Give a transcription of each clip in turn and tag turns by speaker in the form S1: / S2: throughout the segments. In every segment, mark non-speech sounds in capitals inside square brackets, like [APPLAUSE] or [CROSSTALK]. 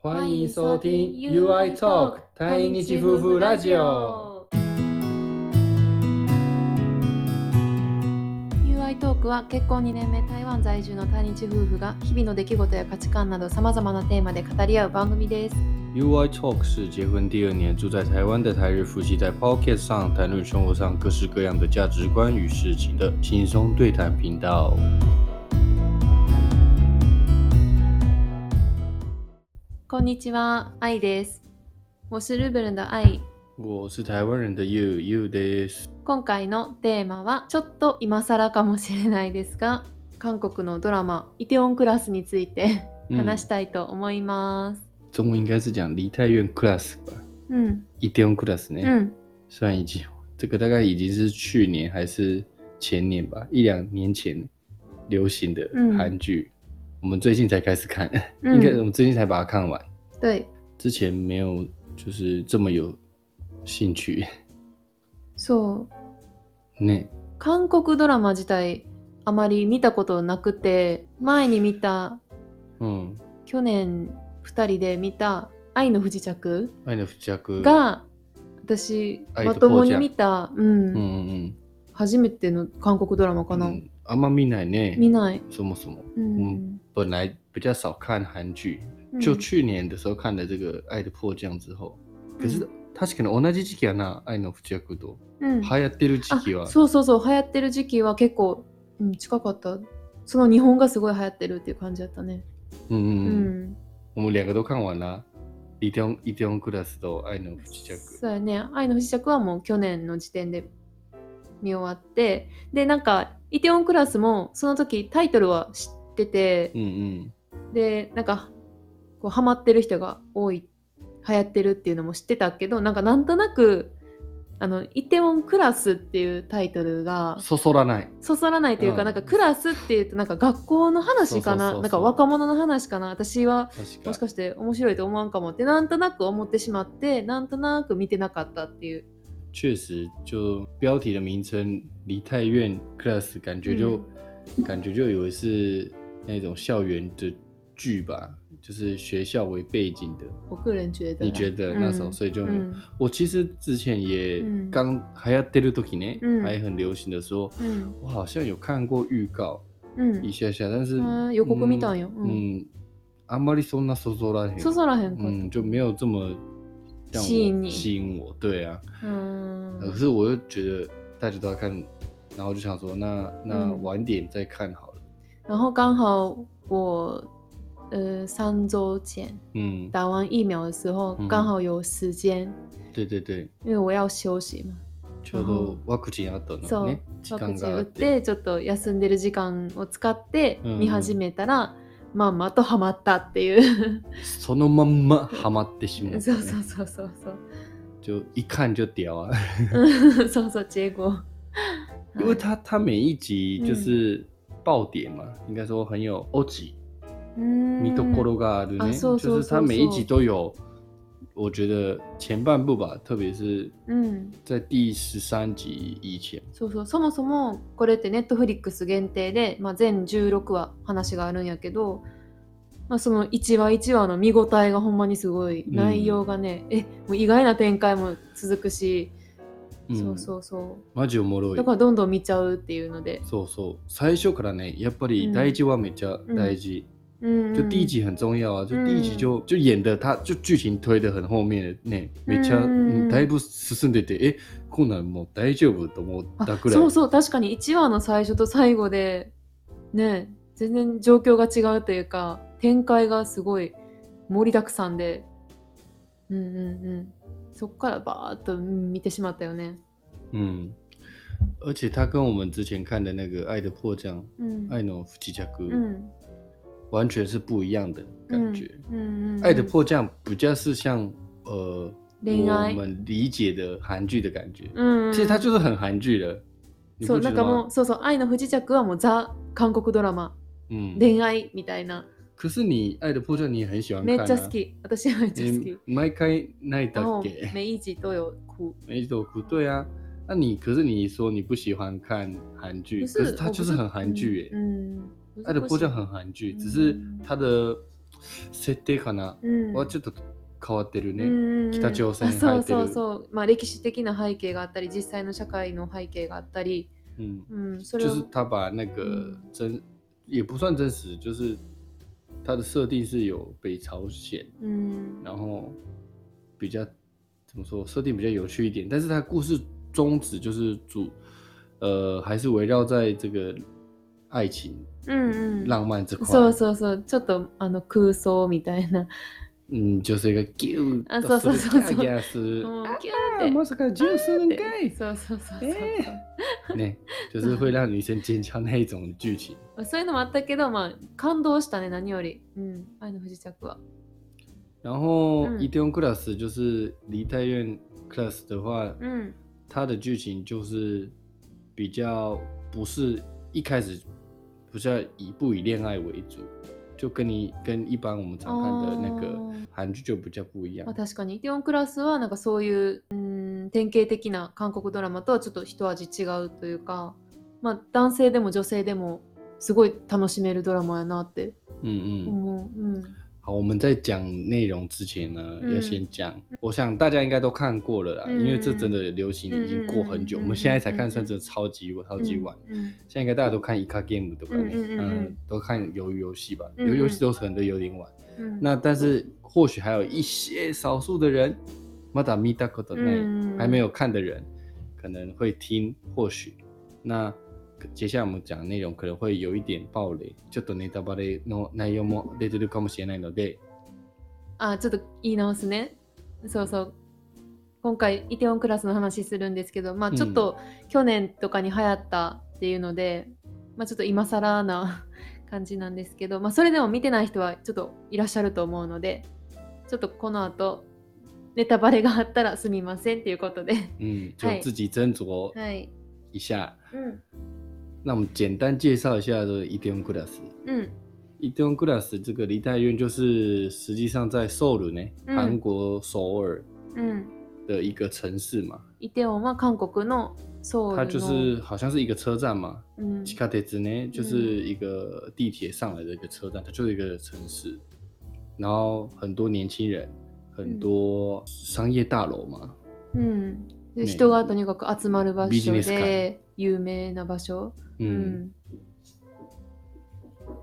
S1: 欢迎收听 UI Talk 台日夫婦ラジオ。
S2: UI トークは結婚2年目台湾在住の対日夫婦が日々の出来事や価値観などさまざまなテーマで語り合う番組です。
S1: UI Talk 是结婚第二年住在台湾的台日夫妻在 Pocket 上谈论生活上各式各样的价值观与事情的轻松对谈频道。
S2: こんにちは、愛です。我是日本人的愛。
S1: 我是台湾人的 You You です。
S2: 今回のテーマはちょっと今更かもしれないですが、韓国のドラマイテオンクラスについて話したいと思います。
S1: 嗯中文应该是讲梨泰院 class 吧，
S2: うん、
S1: 一定 class 呢，
S2: うん、
S1: 算一季，这个大概已经是去年还是前年吧，一两年前流行的
S2: 嗯
S1: 韩剧，我们最近才开始看，
S2: うん
S1: 应该我们最近才把它看完，
S2: 对，
S1: 之前没有就是这么有兴趣。
S2: そう。
S1: ね、
S2: 韓国ドラマ自体あまり見たことなくて前に見た
S1: うん、
S2: 去年2人で見た「愛の不時着
S1: 愛の不時着」
S2: が私
S1: 愛
S2: ま
S1: と紅茶
S2: ともに見た、うん
S1: うんうん
S2: 初めての韓国ドラマか
S1: う
S2: な、
S1: ん、あんま見ないね。
S2: 見ない、
S1: そもそも
S2: うん
S1: 本来比较少看韩剧，
S2: うん
S1: 就去年的时候看了这个《爱的迫降》之后，可是
S2: 嗯
S1: 確かに同じ時期やな、愛の不時着と
S2: うん
S1: 流行ってる時期は
S2: あ、そうそうそう流行ってる時期は結構、うん、近かったその日本がすごい流行ってるっていう感じだったね
S1: うんう
S2: うんん、
S1: うん、我们两个都看完了，イテオンイテオンクラスと愛の不時着。
S2: そうやね「愛の不時着」はもう去年の時点で見終わってでなんか「イテオンクラス」もその時タイトルは知ってて
S1: う、ん
S2: でなんかこうハマってる人が多い流行ってるっていうのも知ってたけどなんかなんとなく「あのイテオンクラス」っていうタイトルが
S1: うん、そそらない。
S2: そそらないというか、
S1: うん
S2: なんかクラスっていうとなんか学校の話
S1: そ
S2: かな
S1: うそうそうそう
S2: なんか若者の話かな私は
S1: 確か
S2: もしかして面白いと思わんかもってなんとなく思ってしまってなんとなく見てなかったっていう
S1: 确实，就标题的名称“梨泰院 Class”，感觉
S2: 嗯
S1: 就、 [LAUGHS] 感觉就以为是那种校园的剧吧，就是学校为背景的。
S2: 我个人觉得啦，
S1: 你觉得那时候，
S2: 嗯
S1: 所以就没有。
S2: 嗯
S1: 我其实之前也
S2: 嗯
S1: 刚还要对着 t o k 呢，
S2: 嗯
S1: 还很流行的时候，
S2: 嗯
S1: 我好像有看过预告一
S2: 嗯
S1: 下下，但是
S2: 嗯，予告見たんよ。嗯，
S1: 嗯，阿玛丽松那说说啦，
S2: そそらへんかった。
S1: 嗯，就没有这么让我
S2: 吸引你
S1: 吸引我，对啊。
S2: 嗯
S1: 可是我又觉得大家都在看，然后就想说，那那
S2: 嗯
S1: 晚点再看好了。
S2: 然后刚好我呃三周前
S1: 嗯，
S2: 打完疫苗的时候
S1: 嗯，
S2: 刚好有时间，
S1: 对对对，
S2: 因为我要休息嘛。
S1: ちょう
S2: う
S1: ど
S2: ん
S1: ワクチンあったの
S2: そう
S1: ね、時
S2: ワク
S1: 間
S2: チン
S1: が
S2: 打
S1: あ
S2: っ
S1: って。
S2: てちょっと休んでる時間を使って
S1: うん
S2: 見始めたら、まんまとハマったっていう。
S1: そのまんまハマってしまう。
S2: そうそうそうそうそう。
S1: 就一看就屌啊！
S2: うんそうそう結果。
S1: 因为他他每一集
S2: 嗯
S1: 就是爆点嘛，应该说很有欧几米
S2: 見
S1: 多コ罗嘎的
S2: 嗯啊
S1: 呢，
S2: そう
S1: 就
S2: そうそう
S1: 是他每一集都有。我觉得前半部吧，特别是
S2: うん。
S1: 在第十三集以前，
S2: そうそうそもそもこれってネットフリックス限定で、まあ、全16話話があるんやけど、まあ、その1話1話の見応えがほんまにすごい
S1: ん
S2: 内容がね、えもう意外な展開も続くし、そう
S1: 嗯，
S2: そうそ
S1: マジおもろ
S2: う
S1: い
S2: だ。からどんどん見ちゃうっていうので、
S1: そうそう最初からねやっぱり第一話めっちゃ大事、
S2: うんうん、
S1: 就第一集很重要啊，就第一集就、就演的他就剧情推的很后面的ねめっちゃ、
S2: う
S1: う
S2: ん
S1: んだいぶ進んでてえこんなんもう大丈夫と思った
S2: あ
S1: くらい
S2: そうそう確かに1話の最初と最後でね全然状況が違うというか展開がすごい盛りだくさんでうんうんうんそっからバーっとうん見てしまったよね。
S1: 嗯，而且他跟我们之前看的那个《爱的迫降》
S2: うん
S1: 《爱の不時着》
S2: うん
S1: 完全是不一样的感觉，
S2: うんうんうん
S1: 爱的迫降》比较是像呃
S2: 恋
S1: 我
S2: 愛
S1: 们理解的韩剧的感觉，
S2: うんうん
S1: 其实它就是很韩剧的，你
S2: そ
S1: 不
S2: う
S1: 觉
S2: なん
S1: 得
S2: か
S1: 吗
S2: も？うそうそう愛の不時着はもうザ韓国ドラマ
S1: 嗯，
S2: 恋愛みたいな
S1: 可是你《爱的迫降》你也很喜欢
S2: め
S1: 看、啊，
S2: っちゃ好き私はめっちゃ好
S1: 你
S2: き。
S1: 毎回泣い
S2: 然
S1: たっ
S2: 后
S1: け？
S2: 每一集都有哭，
S1: 每一首歌对啊，那你可是你说你不喜欢看韩剧，
S2: 不
S1: 可
S2: 是
S1: 它就是很韩剧耶、
S2: 嗯，嗯
S1: 爱的迫降》很韩剧，只是它的設定かな、
S2: うん
S1: はちょっと変わってるね、
S2: うんうんうん
S1: 北朝鮮に入
S2: あそう
S1: ってる
S2: そうそう、まあ、歴史的な背景があったり実際の社会の背景があったり、
S1: 嗯，
S2: うん、それ
S1: 就
S2: を
S1: 是他把那个
S2: 嗯
S1: 真、也不算真实，就是他的设定是有北朝鲜，
S2: うん
S1: 然后比较怎么说设定比较有趣一点，但是它故事宗旨就是主呃还是围绕在这个爱情、
S2: うんうん
S1: 浪漫这块，
S2: そうそうそうちょっとあの空想みたいな、
S1: 嗯，就是一个 Q
S2: 啊そうそうそうそう
S1: ガス
S2: うんキュ
S1: 啊
S2: ー
S1: ま
S2: っ
S1: さかジュースなんか
S2: て
S1: い
S2: そうそうそうそ
S1: [LAUGHS]
S2: う、
S1: えね、就是会让女生尖叫那一种剧情。
S2: そういうのもあったけど、まあ、感動したね何より、うん、愛の不時着は
S1: 然后
S2: 嗯
S1: e d e n Class 就是梨泰院 Class 的话，
S2: うん
S1: 它的剧情就是比较不是一开始不是要以不以恋爱为主，就跟你跟一般我们常看的那
S2: あ
S1: 个
S2: ー
S1: 韩剧就比较不一样
S2: まあ、。確かにイテウォンクラスはなんかそういううん典型的な韓国ドラマとはちょっと一味違うというか、まあ、男性でも女性でもすごい楽しめるドラマやなって
S1: 嗯嗯，
S2: 思う。うん
S1: 好，我们在讲内容之前呢，
S2: 嗯
S1: 要先讲，我想大家应该都看过了啦，
S2: 嗯
S1: 因为这真的流行已经过很久，
S2: 嗯嗯嗯
S1: 我们现在才
S2: 嗯
S1: 看
S2: 嗯
S1: 算真的超级超级晚。
S2: うん
S1: 现在应该大家都看 Eka Game 对吧？
S2: 嗯嗯嗯嗯
S1: 都看鱿鱼游戏吧，
S2: 嗯
S1: 鱿鱼游戏都可能都有点晚。
S2: うん
S1: 那但是或许还有一些少数的人，まだ見たことない、
S2: うん
S1: 还没有看的人，可能会听，或许那。接下来我们讲的内容可能会有一点暴雷，ちょっとネタバレの内容も出てるかもしれないので、
S2: あちょっと言い直すね。そうそう今回イテウォンクラスの話するんですけど、まあ、ちょっと去年とかに流行ったっていうので、まあ、ちょっと今更な [LAUGHS] 感じなんですけど、まあ、それでも見てない人はちょっといらっしゃると思うのでちょっとこの後ネタバレがあったらすみませんっていうことで
S1: 嗯，就
S2: 嗨
S1: 自己斟酌
S2: はい、
S1: 一下。
S2: うん
S1: 那我们简单介绍一下这个 e d e n Class。
S2: うん
S1: 伊藤 c l a s 这个梨泰院就是实际上在首尔呢，
S2: 嗯
S1: 韩、国首尔
S2: うん、
S1: 的一个城市嘛，
S2: イテウォンは韓国のソウルの
S1: 它就是好像是一个车站嘛，
S2: うん
S1: 吉卡特兹呢就是一个地铁上来的一个车站，它就是一个城市，然后很多年轻人，很多商业大楼嘛，
S2: うん、で
S1: ね
S2: 人がとにかく集まる場
S1: ビジ
S2: 所
S1: ネス街
S2: で有名な場所、う
S1: 嗯，
S2: ん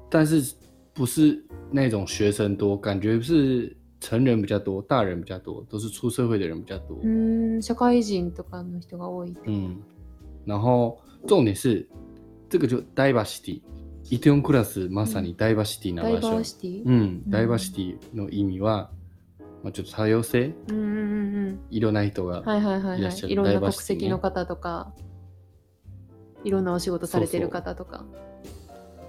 S1: 但是不是那种学生多，感觉是成人比较多，大人比较多，都是出社会的人比较多，
S2: うん社会人とかの人が多いって、
S1: 嗯，然后重点是这个就 diversity，イテオンクラスまさに diversity な
S2: ダ
S1: 場
S2: イバ
S1: 所
S2: ー。シティ、
S1: うん、
S2: うん
S1: ダイバーシティの意味は、まあ、ちょっと多様性、
S2: うん、うんうんうん
S1: いろんな人が、
S2: はいはいはい
S1: いら
S2: は
S1: っ
S2: い
S1: しゃる
S2: いろん
S1: ダ
S2: な
S1: イバー
S2: 国
S1: シティね
S2: 籍の方とかいろんなお仕事されてる方とか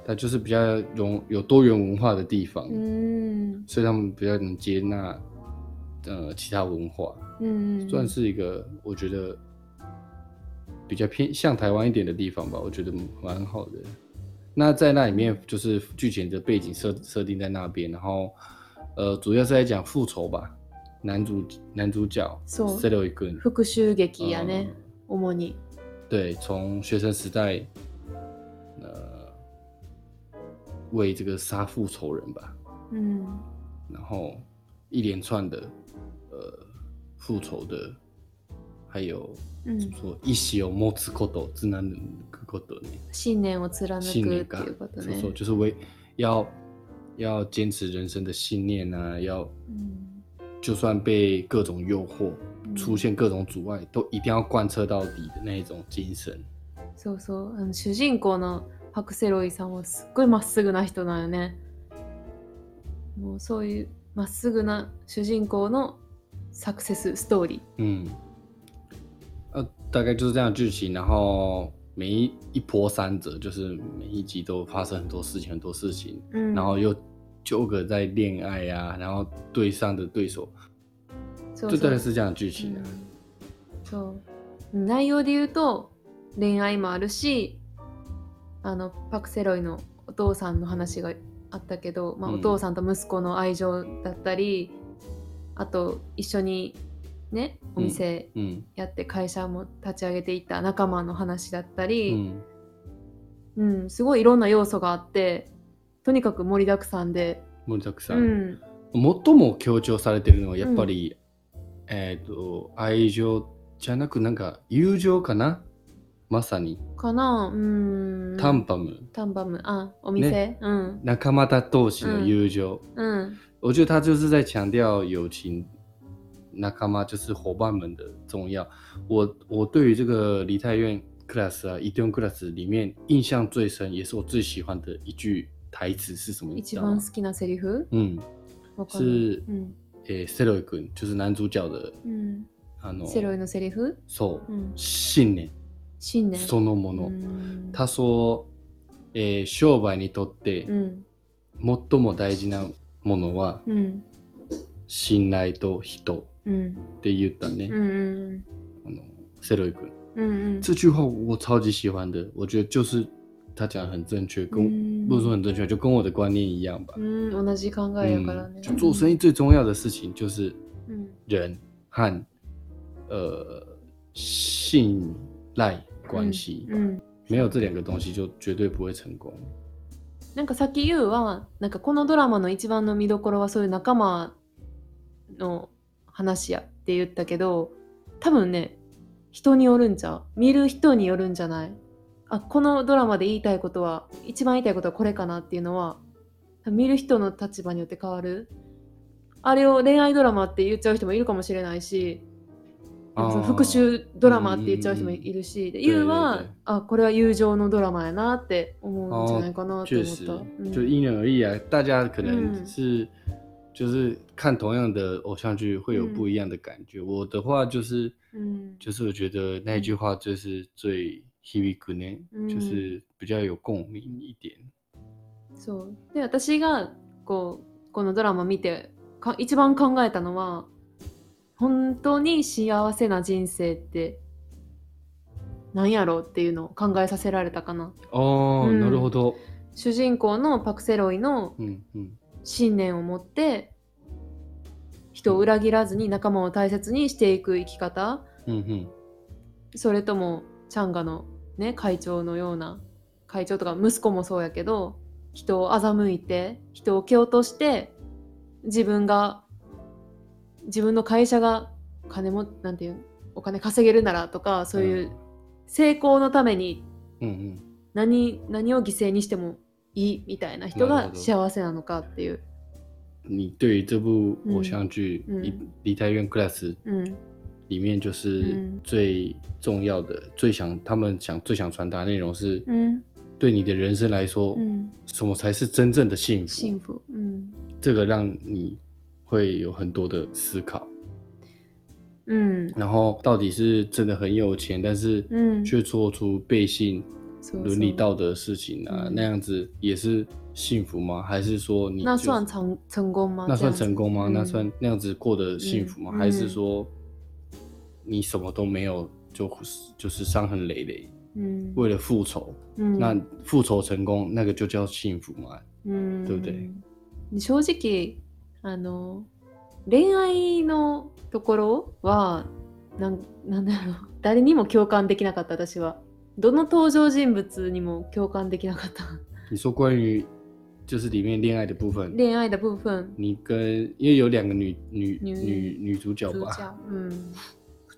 S1: 它就是比较容有多元文化的地方，
S2: うん
S1: 所以他们比较能接纳呃其他文化，
S2: うんうん
S1: 算是一个我觉得比较偏向台湾一点的地方吧，我觉得蛮好的。那在那里面就是剧情的背景设设定在那边，然后呃主要是在讲复仇吧，男主男主角呃
S2: そう
S1: Sero 一个人
S2: 復讐劇やね、主に
S1: 对，从学生时代，呃，为这个杀父仇人吧，
S2: うん
S1: 然后一连串的呃复仇的，还有
S2: うん
S1: 说一起有莫兹克斗，自难克斗呢，
S2: 信念を貫くって
S1: 信
S2: い
S1: 念
S2: う
S1: 感
S2: こと，
S1: 所
S2: ね
S1: 说就是为要要坚持人生的信念啊，要
S2: うん
S1: 就算被各种诱惑
S2: うん
S1: 出现各种阻碍，都一定要贯彻到底的那一种精神。
S2: そうそうあの主人公のパク・セロイさんはすっごいまっすぐな人なんよねもうそういうまっすぐな主人公のサクセスストーリ
S1: 嗯，呃，大概就是这样的剧情，然后每一一波三折，就是每一集都发生很多事情，很多事情，
S2: ー、うん
S1: 然后又纠葛在恋爱啊，然后对上的对手，
S2: そう
S1: 就
S2: そ
S1: 大概
S2: う
S1: 是这样的剧情啊。
S2: うんそう内容で言うと恋愛もあるしあのパク・セロイのお父さんの話があったけど、まあ、
S1: うん
S2: お父さんと息子の愛情だったり、あと一緒にねお店、
S1: 嗯
S2: やって会社も立ち上げていった仲間の話だったり、
S1: 嗯，
S2: うんすごいいろんな要素があってとにかく盛りだくさんで
S1: 盛りだくさ、
S2: うんん
S1: 最も強調されてるのはやっぱり、えっ、と愛情じゃなくなんか友情かなまさに
S2: かなうん
S1: タンパム、
S2: タンバムあお店、うん
S1: 仲間だ同士的友情、
S2: うん
S1: 我觉得他就是在强调友情、仲間就是伙伴们的重要。我我对于这个梨泰院 class 啊，一定 class 里面印象最深，也是我最喜欢的一句台词是什么？你
S2: 一
S1: 知道吗
S2: 番？好きなセリフ
S1: 嗯，
S2: わかる
S1: 是
S2: うん
S1: 诶 s e r o 君，就是男主角的
S2: うん
S1: あの
S2: セロイのセリフ
S1: そう
S2: うん
S1: 信念
S2: 信念
S1: そのも
S2: う
S1: の。
S2: ん
S1: 他说，诶、商売にとって
S2: うん
S1: 最も大事なものは
S2: うん
S1: 信頼と人
S2: うん
S1: って言ったね。
S2: うんうん
S1: あのセロイ君。
S2: うん
S1: 这句话我超级喜欢的，我觉得就是他讲的很正确，
S2: う
S1: 跟、
S2: ん
S1: 不是说很正确，就跟我的观念一样吧。
S2: うん同じ考えやからね
S1: 就做生意最重要的事情就是
S2: うん
S1: 人和呃信赖关系，
S2: うん
S1: 没有这两个东西就绝对不会成功。
S2: なんかさっき言うはなんかこのドラマの一番の見どころはそういう仲間の話やって言ったけど多分ね人によるんちゃう見る人によるんじゃないあこのドラマで言いたいことは一番言いたいことはこれかなっていうのは見る人の立場によって変わるあれを恋愛ドラマって言っちゃう人もいるかもしれないしで
S1: 啊
S2: もその復讐ドラマって言っちゃう人もいるし、で
S1: うんうんうん
S2: ユウは
S1: 对对对
S2: あこれは友情のドラマやなって思うんじゃないかなと
S1: 确
S2: 思っ
S1: 实
S2: た。うん
S1: 就因人而异啊，大家可能
S2: 嗯
S1: 是就是看同样的偶像剧会有不一样的感觉。我的话就是。
S2: うん
S1: 就是我觉得那一句话就是最 h i b i k u n
S2: 嗯
S1: 就是比较有共鸣一点。
S2: そうで私がこうこのドラマ見てか一番考えたのは本当に幸せな人生って何やろうっていうのを考えさせられたかな。
S1: 哦，
S2: 嗯
S1: なるほど。
S2: 主人公のパク・セロイの
S1: 嗯嗯
S2: 信念を持って人を裏切らずに仲間を大切にしていく生き方
S1: 嗯嗯
S2: それともチャンガのね会長のような会長とか息子もそうやけど人を欺いて人を蹴落として自分が自分の会社が金もなんていうお金稼げるならとかそういう成功のために
S1: 嗯
S2: 何何を犠牲にしてもいいみたいな人
S1: なる
S2: が
S1: ほど
S2: 幸せなのかっていう。
S1: 嗯，你对于这部偶像剧
S2: 嗯
S1: 《梨梨泰院 Class》
S2: うん
S1: 里面就是
S2: 嗯
S1: 最重要的、最想他们想最想传达内容是，
S2: うん
S1: 对你的人生来说，
S2: うん
S1: 什么才是真正的幸福？
S2: 嗯幸福、うん
S1: 这个让你会有很多的思考。
S2: うん
S1: 然后到底是真的很有钱，但是
S2: うん
S1: 却做出背信
S2: そうそう
S1: 伦理道德的事情啊，
S2: 嗯
S1: 那样子也是幸福吗？还是说你
S2: 那
S1: 就
S2: 算成成功吗？
S1: 那算
S2: 这样子
S1: 成功吗？
S2: 嗯
S1: 那算那样子过得幸福吗？
S2: 嗯
S1: 还是说你什么都没有就就是伤痕累累，
S2: 嗯，
S1: 为了复仇，
S2: 嗯
S1: 那复仇成功那个就叫幸福吗？
S2: うん
S1: 对不对
S2: 正直あの恋愛のところはなんなんだろう誰にも共感できなかった私はどの登場人物にも共感できなかった
S1: 你说关于就是里面恋爱的部分，
S2: 恋愛的部分
S1: 你跟因为有两个女女
S2: 女
S1: 女女主角
S2: 主
S1: 吧，
S2: 角うん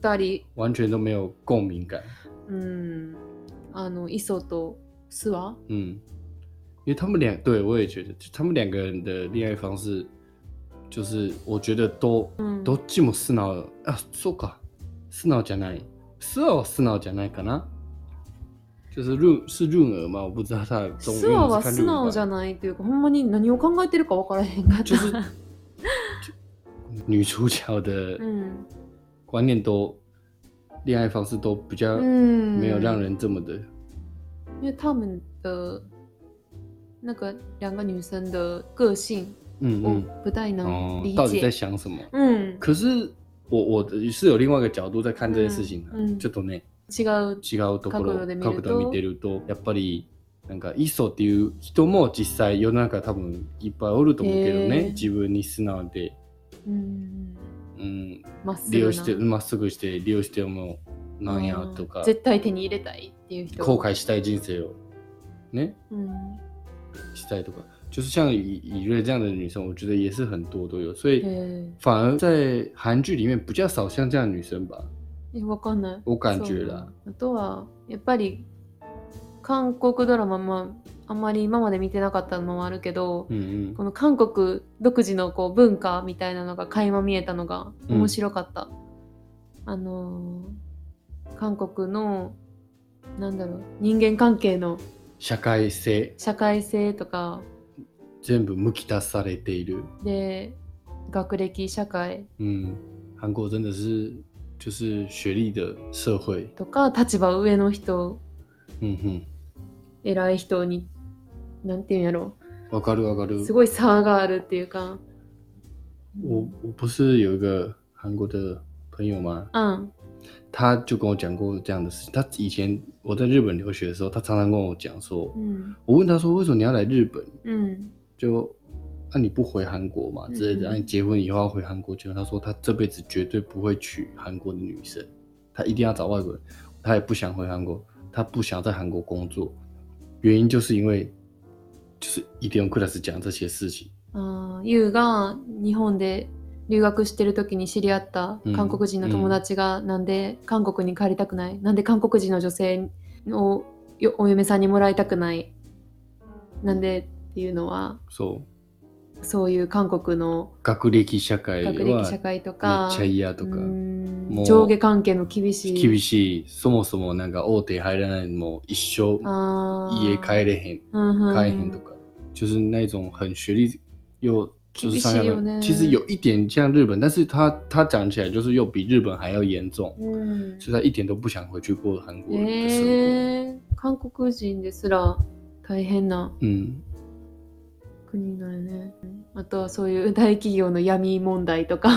S2: 二人
S1: 完全都没有共鸣感。
S2: うんあのイソとスワ
S1: 嗯，因为他们两对我也觉得，就他们两个人的恋爱方式，就是我觉得都、
S2: うん
S1: 都这么素直啊，そうか、素直じゃない、素は素直じゃないかな。就是润是润儿吗？我不知道他的中文
S2: スワは
S1: 看
S2: 素
S1: 润
S2: 直
S1: 儿
S2: じゃ
S1: 吧
S2: ないというかほんまに何を考えてるか分からへんかった、
S1: 就是女主角的
S2: うん
S1: 观念都、恋爱方式都比较
S2: 嗯，
S1: 没有让人这么的，
S2: 因为他们的那个两个女生的个性，
S1: 嗯
S2: 我
S1: 嗯，
S2: 不太能
S1: 哦
S2: 理，
S1: 到底在
S2: 解。
S1: 想什么？
S2: 嗯，
S1: 可是我我的是有另外一个角度在看这件事情的、
S2: 嗯嗯
S1: ちょっとね
S2: 違う。
S1: 違うところ
S2: 角度で見ると
S1: 角度見てるとやっぱりなんかイソっていう人も実際世の中多分いっぱいおると思うけど
S2: へ
S1: ね
S2: ー
S1: 自分に素直で、
S2: うん、
S1: うん、
S2: まっす
S1: 利
S2: ぐ
S1: 用して
S2: な。
S1: まっすぐして利用してもなんやとか
S2: うん絶対手に入れたいっていう人。
S1: 後悔したい人生をね
S2: うん。
S1: したいとか就是像以以瑞这样的女生，我觉得也是很多都有，所以
S2: え
S1: 反而在韩剧里面比较少像这样的女生吧，
S2: ー、えわかんない。
S1: 我感
S2: そう
S1: 觉啦。
S2: あとはやっぱり韓国ドラマもあんまり今まで見てなかったのもあるけど、
S1: 嗯
S2: こ
S1: 嗯，
S2: の韓国独自のこう文化みたいなのが垣間見えたのが面白かった。あのー韓国のなんだろう人間関係の
S1: 社会性
S2: 社会性とか
S1: 全部剥き出されている。
S2: で学歴社会
S1: 嗯，韩国真的是就是学历的社会。
S2: とか立場上の人
S1: 嗯哼，
S2: 偉い人になんていうんやろ
S1: わかるわかる。
S2: すごい差があるっていうか。
S1: 我我不是有一个韩国的朋友吗？
S2: うん。
S1: 他就跟我讲过这样的事情。他以前我在日本留学的时候，他常常跟我讲说，
S2: うん。
S1: 我问他说为什么你要来日本？
S2: うん。
S1: 就那、你不回韩国嘛之类的？
S2: 嗯
S1: 那、你结婚以后要回韩国结婚？他说他这辈子绝对不会娶韩国的女生，他一定要找外国人。他也不想回韩国，他不想在韩国工作，原因就是因为就是一定要克拉斯讲这些事情。
S2: あーユウが日本で留学してる時に知り合った
S1: うん
S2: 韓国人の友達がなんで韓国に帰りたくないなんで韓国人の女性をよお嫁さんにもらいたくないなんでっていうのは
S1: そう
S2: そういう韓国の
S1: 学歴社会は
S2: 学歴社会と
S1: め
S2: か
S1: っちゃ嫌と
S2: う
S1: か。
S2: ん
S1: もう
S2: 上下関係の厳しい
S1: 厳しいそもそもなんか大手入らないのも一生
S2: あ
S1: 家
S2: ー
S1: 帰れへん
S2: うんうん
S1: 帰れへんとか就是那种很学历又就是上下
S2: 厳しいよね
S1: 班其实有一点像日本但是他他讲起来就是又比日本还要严重
S2: うん
S1: 所以他一点都不想回去过韩国的生活
S2: えー、韓国人ですら大変な
S1: 嗯
S2: 国だよねあとはそういう大企業の闇問題とか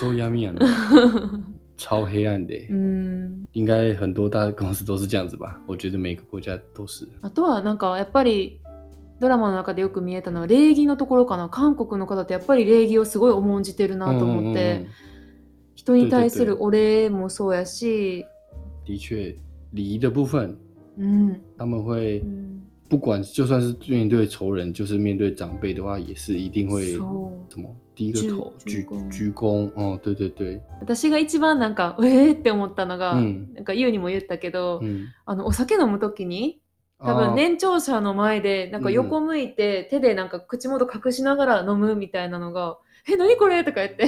S1: so yummy 啊超黑暗的
S2: 嗯うん
S1: 应该很多大公司都是这样子吧我觉得每个国家都是
S2: あとはなんかやっぱりドラマの中でよく見えたのは礼儀のところかな韓国の方ってやっぱり礼儀をすごい重んじてるなと思って、
S1: 嗯嗯嗯
S2: 人に対するお礼もそうやし
S1: 的确礼仪的部分
S2: うん、
S1: 他们会
S2: うん
S1: 不管就算是面对仇人，就是面对长辈的话，也是一定会
S2: そう
S1: 什么低个头鞠
S2: 鞠鞠躬
S1: 鞠躬哦，对对对，
S2: 私が一番なんかえーって思ったのが、
S1: うん
S2: なんかユウにも言ったけど、
S1: 嗯，
S2: あのお酒飲む時に多
S1: 啊
S2: 分年長者の前でなんか横向いて、手でなんか口元隠しながら飲むみたいなのが「え何これ?」とか言って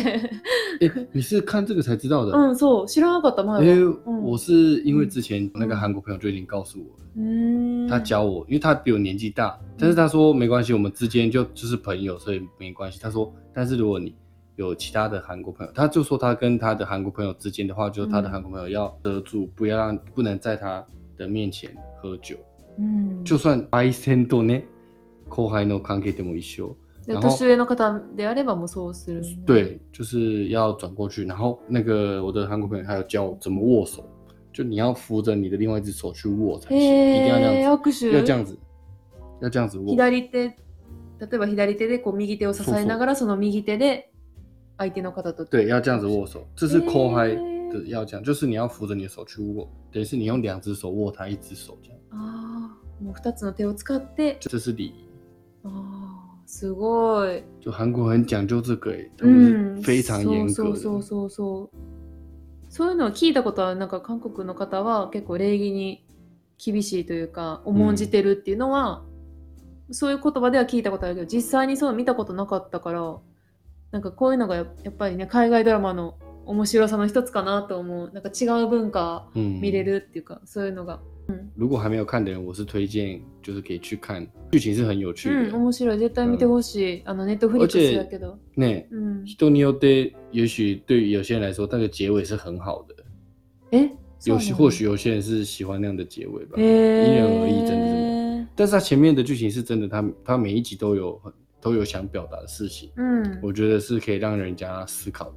S1: 诶你是看这个才知道的，
S2: うんそう知らなかった前
S1: 因
S2: は
S1: 为
S2: 嗯
S1: 我是因为之前那个韩国朋友就已经告诉我了，
S2: うーん
S1: 他教我，因为他比我年纪大，但是他说没关系，我们之间就就是朋友，所以没关系。他说，但是如果你有其他的韩国朋友，他就说他跟他的韩国朋友之间的话，就是他的
S2: 嗯
S1: 韩国朋友要遮住，不要让不能在他的面前喝酒。
S2: うん
S1: 就算敗戦とね後輩の関係でも一緒。
S2: で
S1: 然后
S2: 年上の方であればもうそうする、
S1: 对，就是要转过去，然后那个我的韩国朋友还有教我怎么握手，就你要扶着你的另外一只手去握才行，一定要这样子，
S2: へえ
S1: 要
S2: 握
S1: 这
S2: 手
S1: 样子，要这样子握。
S2: 左手例えば左手でこう右手を支えながらその右手で相手の方と
S1: 对，要这样子握手，这是
S2: 诶
S1: 后嗨的要这样，就是你要扶着你的手去握，等于是你用两只手握他一只手这样，
S2: ああもう2つの手を使って
S1: 这是礼仪。
S2: あーすごい
S1: 就韩国很讲究这个、欸，他
S2: う
S1: 们
S2: ん
S1: 是非常严格
S2: そうそう
S1: 的。
S2: そうそうそういうのを聞いたことはなんか韓国の方は結構礼儀に厳しいというか重んじてるっていうのは、そういう言葉では聞いたことあるけど実際にそういうの見たことなかったからなんかこういうのがややっぱりね海外ドラマの面白さの一つかなと思うなんか違う文化
S1: 嗯
S2: 見れるっていうか、そういうのが
S1: 如果还没有看的人，我是推荐就是可以去看，剧情是很有趣
S2: うん
S1: 的。
S2: 面白い絶対見てほしい、あのネットフリックスだけど
S1: 那、
S2: うん
S1: 人によって，也许对于有些人来说，那个结尾是很好的，
S2: え
S1: 有
S2: そう
S1: 些
S2: なの
S1: 或许有些人啊是嗯喜欢那样的结尾吧。
S2: へー
S1: 因人而異真的真但是他前面的剧情是真的，他他每一集都有很都有想表达的事情，
S2: うん
S1: 我觉得是可以让人家思考的。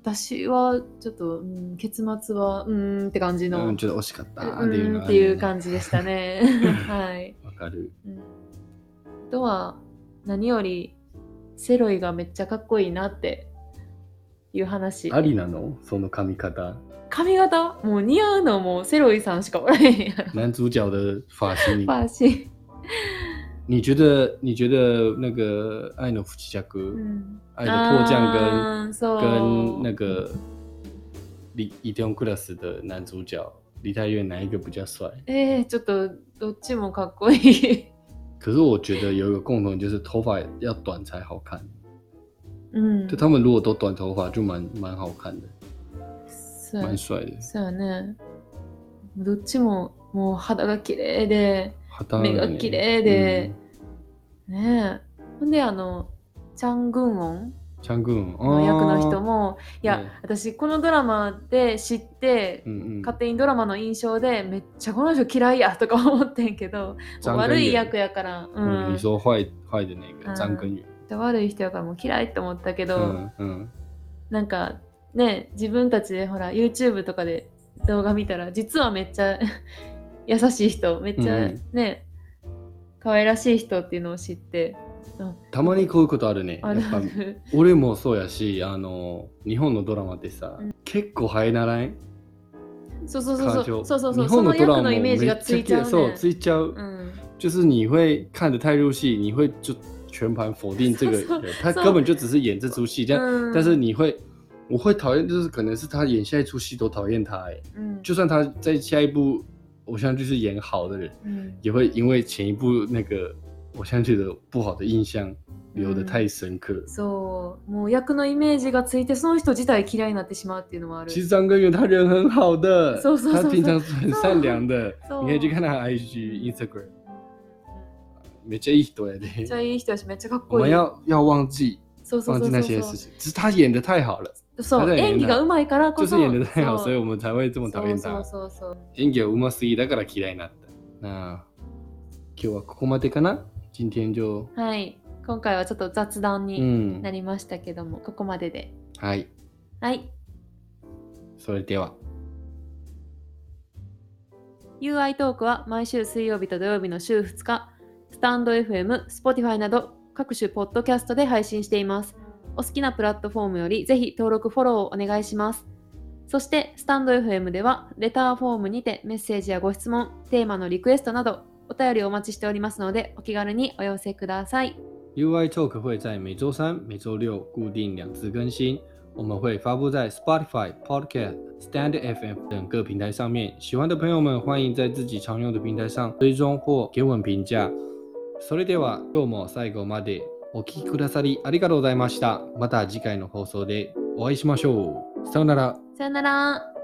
S2: 私はちょっと、うん、結末はうーんって感じの、
S1: 嗯，
S2: う
S1: 觉得我是卡达的
S2: ーんっていう感じでした [LAUGHS] ね。はい、
S1: わかる。
S2: うん。あとは何よりセロイがめっちゃかっこいいなっていう話
S1: あ。りなの？その髪型， [LAUGHS]
S2: 髪型もう似合う [LAUGHS] のもうセロイさんしかおらへんやろ。
S1: 男主角的发型
S2: パーシー
S1: 你觉得你觉得那个《爱の不時着》
S2: うん。
S1: 愛の迫降》跟
S2: あーそう
S1: 跟那个李伊藤クラス的男主角李泰院哪一个比较帅？
S2: えー、ちょっとどっちもかっこいい。
S1: 可是我觉得有一个共同点就是头发要短才好看，
S2: うん。
S1: 就他们如果都短头发就蛮蛮好看的，
S2: そうや
S1: 蛮帅的。
S2: そうやね。どっちももう肌が綺麗で、目が綺麗で、ねえ。ほんで、あの、チャン・グンオン
S1: チャングン
S2: の役の人
S1: も
S2: も、いや、
S1: ね
S2: 私、このドラマで知って、
S1: うんうん
S2: 勝手にドラマの印象で、めっちゃこの人嫌いやとか思ってんけど、
S1: 张根源
S2: 悪い役やから、う
S1: 嗯，
S2: ん
S1: 你。说坏坏的那
S2: 嗯
S1: 个张根源，
S2: めっちゃ悪い人やからもう嫌いって思ったけど、
S1: 嗯嗯，
S2: なんかね自分たちでほら YouTube とかで動画見たら実はめっちゃ [LAUGHS] 優しい人めっちゃ
S1: うん
S2: ね、可愛らしい人っていうのを知って
S1: たまにこういうことあるね。
S2: ある
S1: やっ
S2: あ
S1: ぱ
S2: る
S1: 俺もそうやし、あの日本のドラマってさ、結構生えならん。
S2: [LAUGHS] そうそうそう
S1: 感
S2: そ
S1: 情
S2: うそうそうそ
S1: 日
S2: うそ
S1: 本
S2: の
S1: のド
S2: 役
S1: ラマ
S2: のイメージが
S1: めっ
S2: つ
S1: ちゃ
S2: いちゃうね
S1: そうついちゃう、
S2: うん、
S1: 就是你会看得太入戏，你会就全盘否定这个人，
S2: そうそう
S1: 他
S2: そう
S1: 根本就只是演这出戏，这样。
S2: うん
S1: 但是你会，我会讨厌，就是可能是他演下一出戏都讨厌他、欸，
S2: うん
S1: 就算他在下一部偶像剧是演好的人，
S2: うん
S1: 也会因为前一部那个偶像剧的不好的印象留得太深刻。
S2: そうもう役のイメージがついてその人自体嫌いになってしまうっていうのもある
S1: 其实张根源他人很好的
S2: そうそう，そう
S1: 他平常是很善良的
S2: そう，
S1: 你可以去看他的 IG、
S2: 嗯
S1: Instagram，
S2: うん
S1: 没这一堆的。
S2: めっちゃいい人やしめっちゃかっ
S1: 我
S2: こい
S1: 们
S2: い
S1: 要要忘记
S2: そうそう
S1: 忘记
S2: そうそ
S1: 那
S2: う
S1: 些事情，只是他演的太好了，
S2: そ
S1: 他
S2: う
S1: 在
S2: 演
S1: 演技
S2: 技が
S1: が
S2: うまいからこ
S1: 就
S2: そ
S1: 是演的太好，
S2: そう
S1: 所以我们才会这么讨厌他。
S2: そうそうそうそう
S1: 演技がうますぎだから嫌いになった。那今日はここまでかな？今天就
S2: はい今回はちょっと雑談に
S1: 嗯
S2: な，りましたけども、ここまでで
S1: はい、
S2: はい
S1: それでは
S2: UI トークは毎週水曜日と土曜日の週2日スタンド FM、Spotify など各種ポッドキャストで配信していますお好きなプラットフォームよりぜひ登録フォローをお願いしますそしてスタンド FM ではレターフォームにてメッセージやご質問テーマのリクエストなどお便りをお待ちしておりますのでお気軽にお寄せください
S1: UI Talk 会在每周三、每周六固定两次更新，我们会发布在 Spotify、Podcast、Stand FM 等各平台上面。喜欢的朋友们，欢迎在自己常用的平台上追踪或给我们评价。それでは今日も最後までお聞きくださりありがとうございました。また次回の放送でお会いしましょう。さようなら。
S2: さよなら